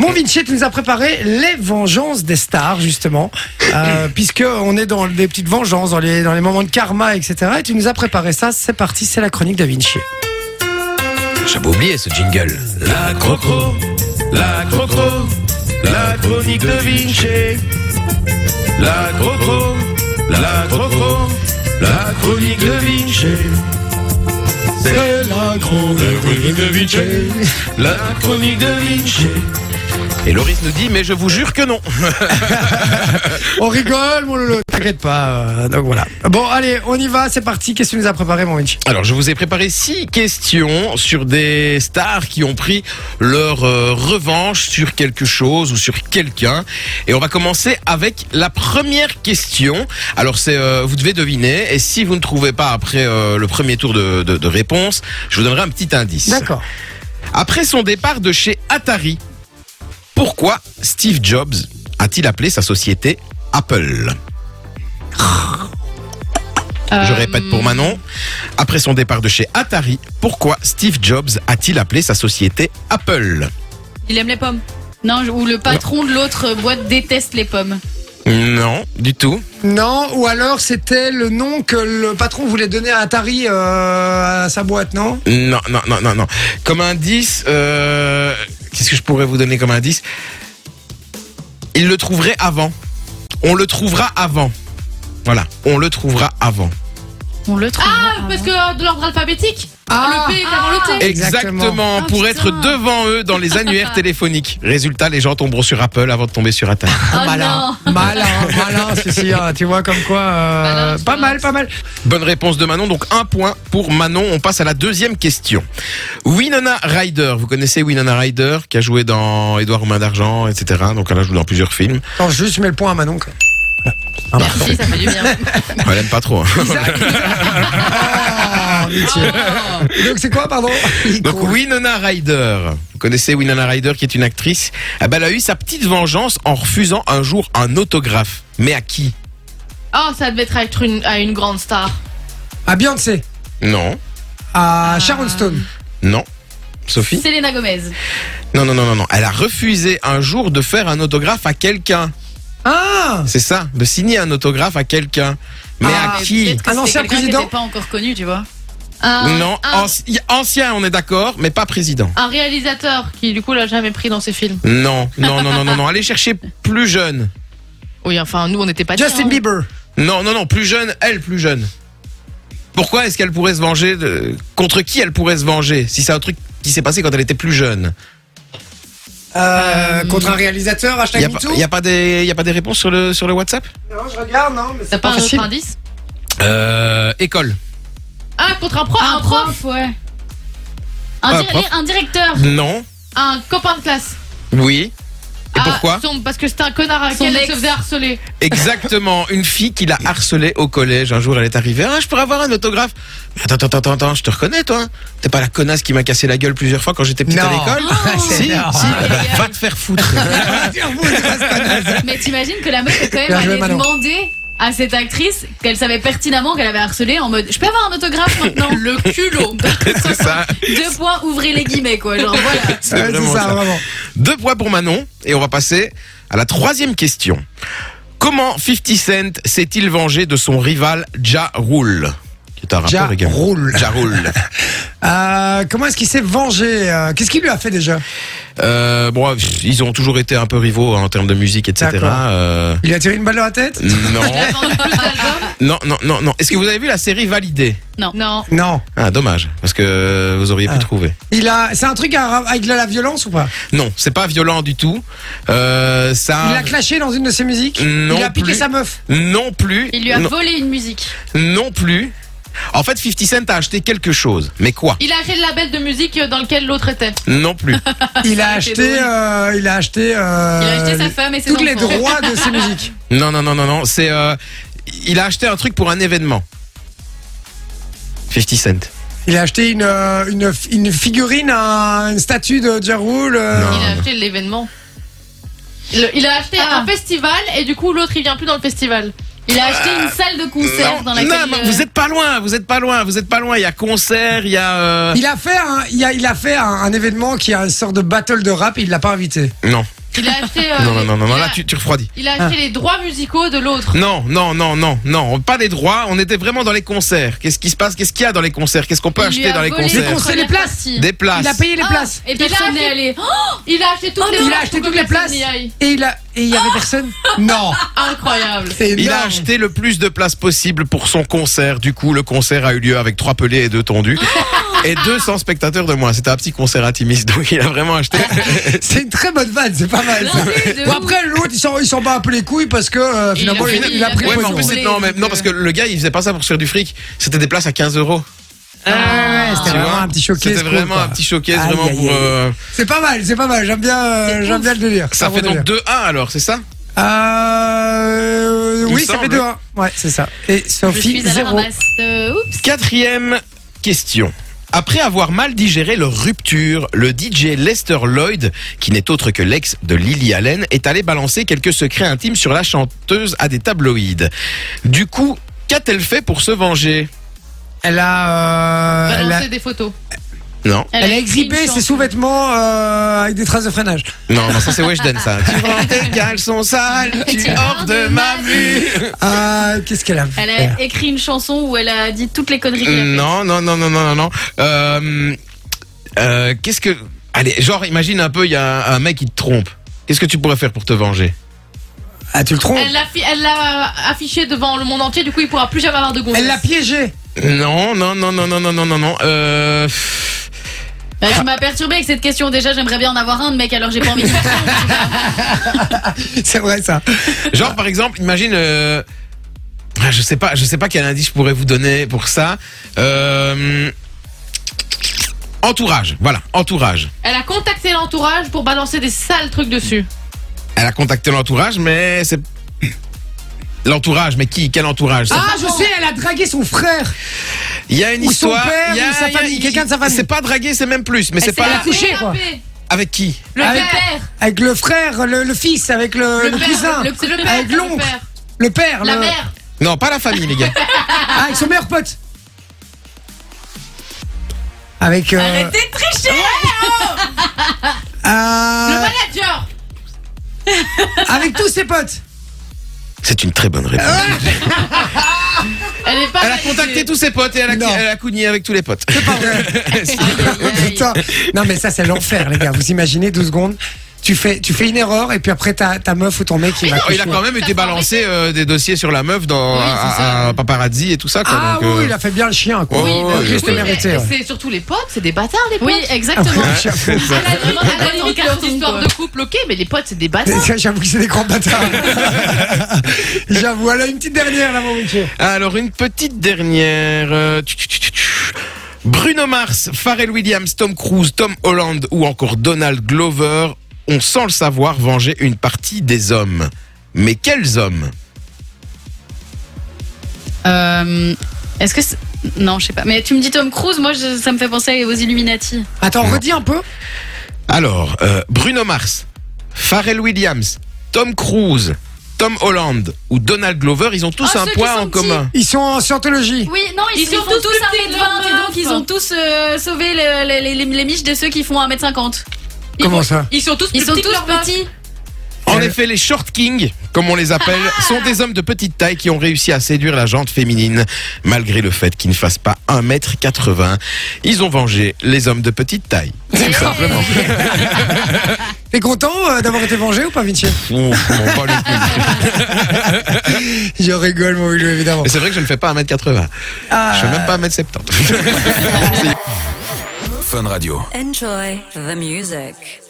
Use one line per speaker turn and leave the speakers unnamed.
Mon Vinci, tu nous as préparé les vengeances des stars, justement, euh, puisque on est dans des petites vengeances, dans les, dans les moments de karma, etc. Et tu nous as préparé ça. C'est parti, c'est la chronique de Vinci.
J'avais oublié ce jingle.
La crocro, la crocro, la chronique de Vinci. La crocro, la crocro, la chronique de Vinci. C'est la grande chronique de Vinci. La chronique de Vinci.
Et Loris nous dit, mais je vous jure que non.
On rigole, mon Lolo, t'inquiète pas. euh, donc voilà. Bon, allez, on y va, c'est parti. Qu'est-ce que tu nous as préparé, mon Vinci
Alors, je vous ai préparé six questions sur des stars qui ont pris leur euh, revanche sur quelque chose ou sur quelqu'un. Et on va commencer avec la première question. Alors, c'est euh, vous devez deviner. Et si vous ne trouvez pas après euh, le premier tour de, de- de réponse, je vous donnerai un petit indice.
D'accord.
Après son départ de chez Atari, pourquoi Steve Jobs a-t-il appelé sa société Apple
Euh,
Je répète pour Manon. Après son départ de chez Atari, pourquoi Steve Jobs a-t-il appelé sa société Apple
Il aime les pommes. Non, je- ou le patron de l'autre boîte déteste les pommes.
Non, du tout.
Non, ou alors c'était le nom que le patron voulait donner à Atari euh, à sa boîte, non
Non, non, non, non, non. Comme indice, euh, qu'est-ce que je pourrais vous donner comme indice Il le trouverait avant. On le trouvera avant. Voilà, on le trouvera avant.
On le trouve.
Ah, parce que euh, de l'ordre alphabétique Ah,
Ah,
Le P est avant le T
Exactement,
Exactement.
pour
Ah,
être
putain.
devant eux dans les annuaires téléphoniques. Résultat, les gens tomberont sur Apple avant de tomber sur Atari.
ah,
Oh
malin, malin, malin, ceci, hein, tu vois comme quoi, euh,
Malin, c'est
pas
malin.
mal, pas mal.
Bonne réponse de Manon, donc un point pour Manon. On passe à la deuxième question. Winona Ryder, vous connaissez Winona Ryder qui a joué dans Édouard aux mains d'argent, etc. Donc elle a joué dans plusieurs films.
Attends, juste je mets le point à Manon. quoi.
Ah.
Merci, ça fait du bien.
Elle aime pas trop. hein.
Ah, Vinci.
Oh.
Donc c'est quoi, pardon
Donc Winona Ryder, vous connaissez Winona Ryder qui est une actrice. Eh ben, elle a eu sa petite vengeance en refusant un jour un autographe. Mais à qui
Oh, ça devait être à être une, à une grande star.
À Beyoncé,
Non,
à Sharon Stone.
non. Sophie
Selena Gomez.
Non, non, non, non, non. Elle a refusé un jour de faire un autographe à quelqu'un.
Ah
C'est ça, de signer un autographe à quelqu'un. Mais
Ah,
à qui
Peut-être que
Un
c'était
ancien
quelqu'un qui
président
était pas encore connu, tu vois.
Un,
Non,
un,
anci- ancien, on est d'accord, mais pas président.
un réalisateur qui, du coup, l'a jamais pris dans ses films.
Non, non, non, non, non, non. Allez chercher plus jeune.
Oui, enfin, nous, on n'était pas
Justin
dedans, hein.
Bieber.
Non, non, non, plus jeune, elle, plus jeune. Pourquoi est-ce qu'elle pourrait se venger de... Contre qui elle pourrait se venger Si c'est un truc qui s'est passé quand elle était plus jeune.
Euh, contre un réalisateur,
Il n'y
hashtag
a, pas-
MeToo
y a pas des y a pas des réponses sur le, sur le WhatsApp
Non, je regarde, non, mais
T'as
c'est
pas
pas
un
facile.
autre indice
euh, École.
Ah, contre un prof, un, prof,
ouais. Un,
Un
dir-
prof.
un directeur.
Non.
un copain de classe.
Oui. Et
Ah,
pourquoi
son- Parce que c'était un connard à
Son
qui elle
ex.
se faisait harceler.
Exactement, une fille qui l'a harcelée au collège. Un jour, elle est arrivée. Ah, je pourrais avoir un autographe. Mais attends, attends, attends, attends, je te reconnais, toi. T'es pas la connasse qui m'a cassé la gueule plusieurs fois quand j'étais petite à
Non. Ah,
l'école Si, si,
énorme.
va te faire foutre.
Mais t'imagines que la meuf est quand même
Bien joué,
allée
Manon.
demander à cette actrice qu'elle savait pertinemment qu'elle avait harcelé en mode je peux avoir un autographe maintenant le culot
C'est ça,
deux points ouvrez les guillemets quoi genre voilà
c'est
Ouais,
vraiment
c'est ça,
ça.
vraiment.
Deux points pour Manon. Et on va passer à la troisième question. Comment 50 Cent s'est-il vengé de son rival Ja Rule Qui est un rappeur
Ja
également.
Rule.
Ja Rule.
Euh, comment est-ce qu'il s'est vengé euh, Qu'est-ce qu'il lui a fait déjà
Euh, bon, pff, ils ont toujours été un peu rivaux hein, en termes de musique, etc.
D'accord.
Euh,
Il lui a tiré une balle dans la tête
non.
Elle a vendu plus d'albums
Non, non, non, non. Est-ce que vous avez vu la série Validée
non
Non.
Non.
Ah, dommage, parce que vous auriez pu
Ah.
trouver.
Il a. C'est un truc à- avec de la violence ou pas
Non, c'est pas violent du tout. Euh, ça.
Il l'a clashé dans une de ses musiques
Non
Il a piqué
plus.
sa meuf
Non plus.
Il lui a
non,
volé une musique.
non plus. En fait, 50 Cent a acheté quelque chose. Mais quoi
Il a acheté le label de musique dans lequel l'autre était.
Non plus.
Il Ah, a
C'est
acheté.
drôle.
euh, il a acheté.
il
euh,
a acheté sa femme et ses
tous les
enfants
droits de ses musiques.
non, non, non, non, non. C'est. euh, il a acheté un truc pour un événement. 50 Cent.
Il a acheté une, euh, une, f- une figurine, un- une statue de euh. Jarul.
Non.
Il a acheté l'événement. Le- Il a acheté
Ah.
un festival et du coup l'autre il vient plus dans le festival.
Il a acheté une salle de concert
Non,
dans laquelle.
non, mais
euh,
vous êtes pas loin, vous êtes pas loin, vous êtes pas loin. Il y a concert, il y a. euh,
Il a fait un, il a, il a fait un, un événement qui a une sorte de battle de rap et il l'a pas invité.
Non,
Il a acheté. euh,
non, non, non, non, non,
il a-
là tu, Ah. tu refroidis.
Il a acheté les droits musicaux de l'autre.
Non, non, non, non, non, pas les droits. On était vraiment dans les concerts. Qu'est-ce qui se passe Qu'est-ce qu'il y a dans les concerts Qu'est-ce qu'on peut
Il lui
acheter
a
dans les
volé
concerts
la
concerts, les
première
places.
partie.
Des places.
Il a payé les
Ah,
places.
Et
Il a
personne n'est
acheté-
allé. Oh,
Il a acheté toutes les
Il a
places
acheté
pour
toutes
que
les places
personne n'y aille.
et il a, et il y avait personne. Non.
Incroyable.
C'est
Il a
énorme.
acheté le plus de places possible pour son concert. Du coup, le concert a eu lieu avec trois pelés et deux tondus. Et 200 spectateurs de moins. C'était un petit concert intimiste, donc il a vraiment acheté.
C'est une très bonne vanne, c'est pas mal. ça.
Non, mais de
Bon,
ouf.
après, l'autre, il s'en, il s'en bat un peu les couilles parce que euh,
Il
finalement,
a
il,
fini,
il a pris
il a
le
Ouais, mais en
pognon.
plus, c'est- non, mais, non, parce que le gars, il faisait pas ça pour se faire du fric. C'était des places à 15 euros.
Ah, ouais,
Tu
c'était vraiment
vois
un petit showcase.
C'était
cool,
vraiment
quoi.
un petit showcase,
Aïe,
vraiment
aïe,
pour.
aïe.
euh,
C'est pas mal, c'est pas mal. J'aime bien, euh, j'aime bien le délire.
Ça
Un
fait
bon
donc
délire.
2-1 alors, c'est ça
Euh,
Il
oui,
me
ça fait
semble.
2 1. Ouais, c'est ça. Et
Je
Sophie,
suis à la
0.
ramasse. Euh, oups.
Quatrième question. Après avoir mal digéré leur rupture, le DJ Lester Lloyd, qui n'est autre que l'ex de Lily Allen, est allé balancer quelques secrets intimes sur la chanteuse à des tabloïds. Du coup, qu'a-t-elle fait pour se venger
Elle a, euh, elle a,
Balancer des photos.
Non.
elle a
écrit une
exhibé ses
chanson.
sous-vêtements euh, avec des traces de freinage.
Non, non, ça c'est Weshden ça. tu rends tes caleçons sales, tu es hors de ma vue.
Ah, qu'est-ce qu'elle a fait
Elle a écrit une chanson où elle a dit toutes les conneries qu'elle a faites.
Non, non, non, non, non, non, non. Euh, euh, Qu'est-ce que... Allez, genre, imagine un peu, il y a un- un mec qui te trompe. Qu'est-ce que tu pourrais faire pour te venger
Ah, tu le trompes
Elle l'a fi- elle l'a affiché devant le monde entier, du coup il pourra plus jamais avoir de gonzesse.
Elle l'a piégé.
Non, non, non, non, non, non, non, non, non. Euh... pff,
Bah, tu m'as perturbé avec cette question. Déjà, j'aimerais bien en avoir un de mec, alors j'ai pas envie de faire
C'est vrai ça.
Genre par exemple, imagine. Euh... ah, Je sais pas, je sais pas quel indice je pourrais vous donner pour ça. Euh... Entourage, voilà, entourage.
Elle a contacté l'entourage pour balancer des sales trucs dessus.
Elle a contacté l'entourage, mais c'est l'entourage, mais qui, quel entourage ça
Ah, je sais, elle a dragué son frère.
Il y a une
ou son
histoire.
père,
il y a,
ou sa
il y a-
famille, quelqu'un de sa famille.
C'est pas draguer, c'est même plus, mais c'est
Elle a
pas
couché, quoi.
avec qui
Le
Ah,
père,
Avec le frère, le, le fils, avec le, le
père,
cousin,
le- c'est le père,
avec
c'est le
l'oncle, Euh,
père.
le père,
la
le-
mère.
Non, pas la famille, les gars.
Ah, avec son meilleur pote. Avec. euh,
Arrêtez de tricher Le
euh,
manager
avec tous ses potes.
C'est une très bonne réponse.
Elle est pas
Elle a contacté tous ses potes et elle
Non.
a, elle a cougné avec tous les potes.
Putain. Non, mais ça, c'est l'enfer, les gars. Vous imaginez 12 secondes. Tu fais, tu fais une erreur et puis après, ta, ta meuf ou ton mec, il va.
Oh, il a
coucher.
quand même été balancé euh, des dossiers sur la meuf dans
Oui, c'est
à-
ça.
à paparazzi et tout ça. Quoi,
Ah
donc, euh,
oui, il a fait bien le chien, quoi.
Oui,
Il a
bah oui,
juste
oui,
mérité. ouais.
C'est surtout les potes, c'est des bâtards les potes.
Oui,
Ah,
exactement.
J'avoue-
À la limite, à
Dans
la limite,
le
leurs
carton,
histoires
euh.
quoi.
de couple, ok, mais les potes, c'est des bâtards.
J'avoue que c'est des grands bâtards. J'avoue. Alors, une petite dernière, là, mon monsieur.
Alors une petite dernière. euh, tch, tch, tch, tch. Bruno Mars, Pharrell Williams, Tom Cruise, Tom Holland ou encore Donald Glover ont sans le savoir vengé une partie des hommes. Mais quels hommes
Euh, Est-ce que. c'est- Non, je sais pas. Mais tu me dis Tom Cruise, moi, je- ça me fait penser aux Illuminati.
Attends, redis un peu.
Alors euh, Bruno Mars, Pharrell Williams, Tom Cruise, Tom Holland ou Donald Glover, ils ont tous
Ah,
un
ceux qui
point
sont
en
petits.
commun.
Ils sont en scientologie.
Oui, non, ils,
Ils
sont
sont
tous
tous petits,
1m20 et
leurs
donc ils ont tous euh, sauvé le- les, les- les miches de ceux qui font 1m50.
Comment ça
Ils sont tous
Ils
plus
sont
petits que
tous
leur meuf.
petits.
En
Euh,
effet, les short kings, comme on les appelle, sont des hommes de petite taille qui ont réussi à séduire la jante féminine, malgré le fait qu'ils ne fassent pas 1m80. Ils ont vengé les hommes de petite taille. Tout simplement.
T'es content euh, d'avoir été vengé ou pas, Vinci
Ouf, mon poil est cool.
Je rigole, mon Willou, évidemment.
Mais C'est vrai que je ne fais pas 1m80. Je
Ah.
ne fais même pas 1m70.
Enjoy the music.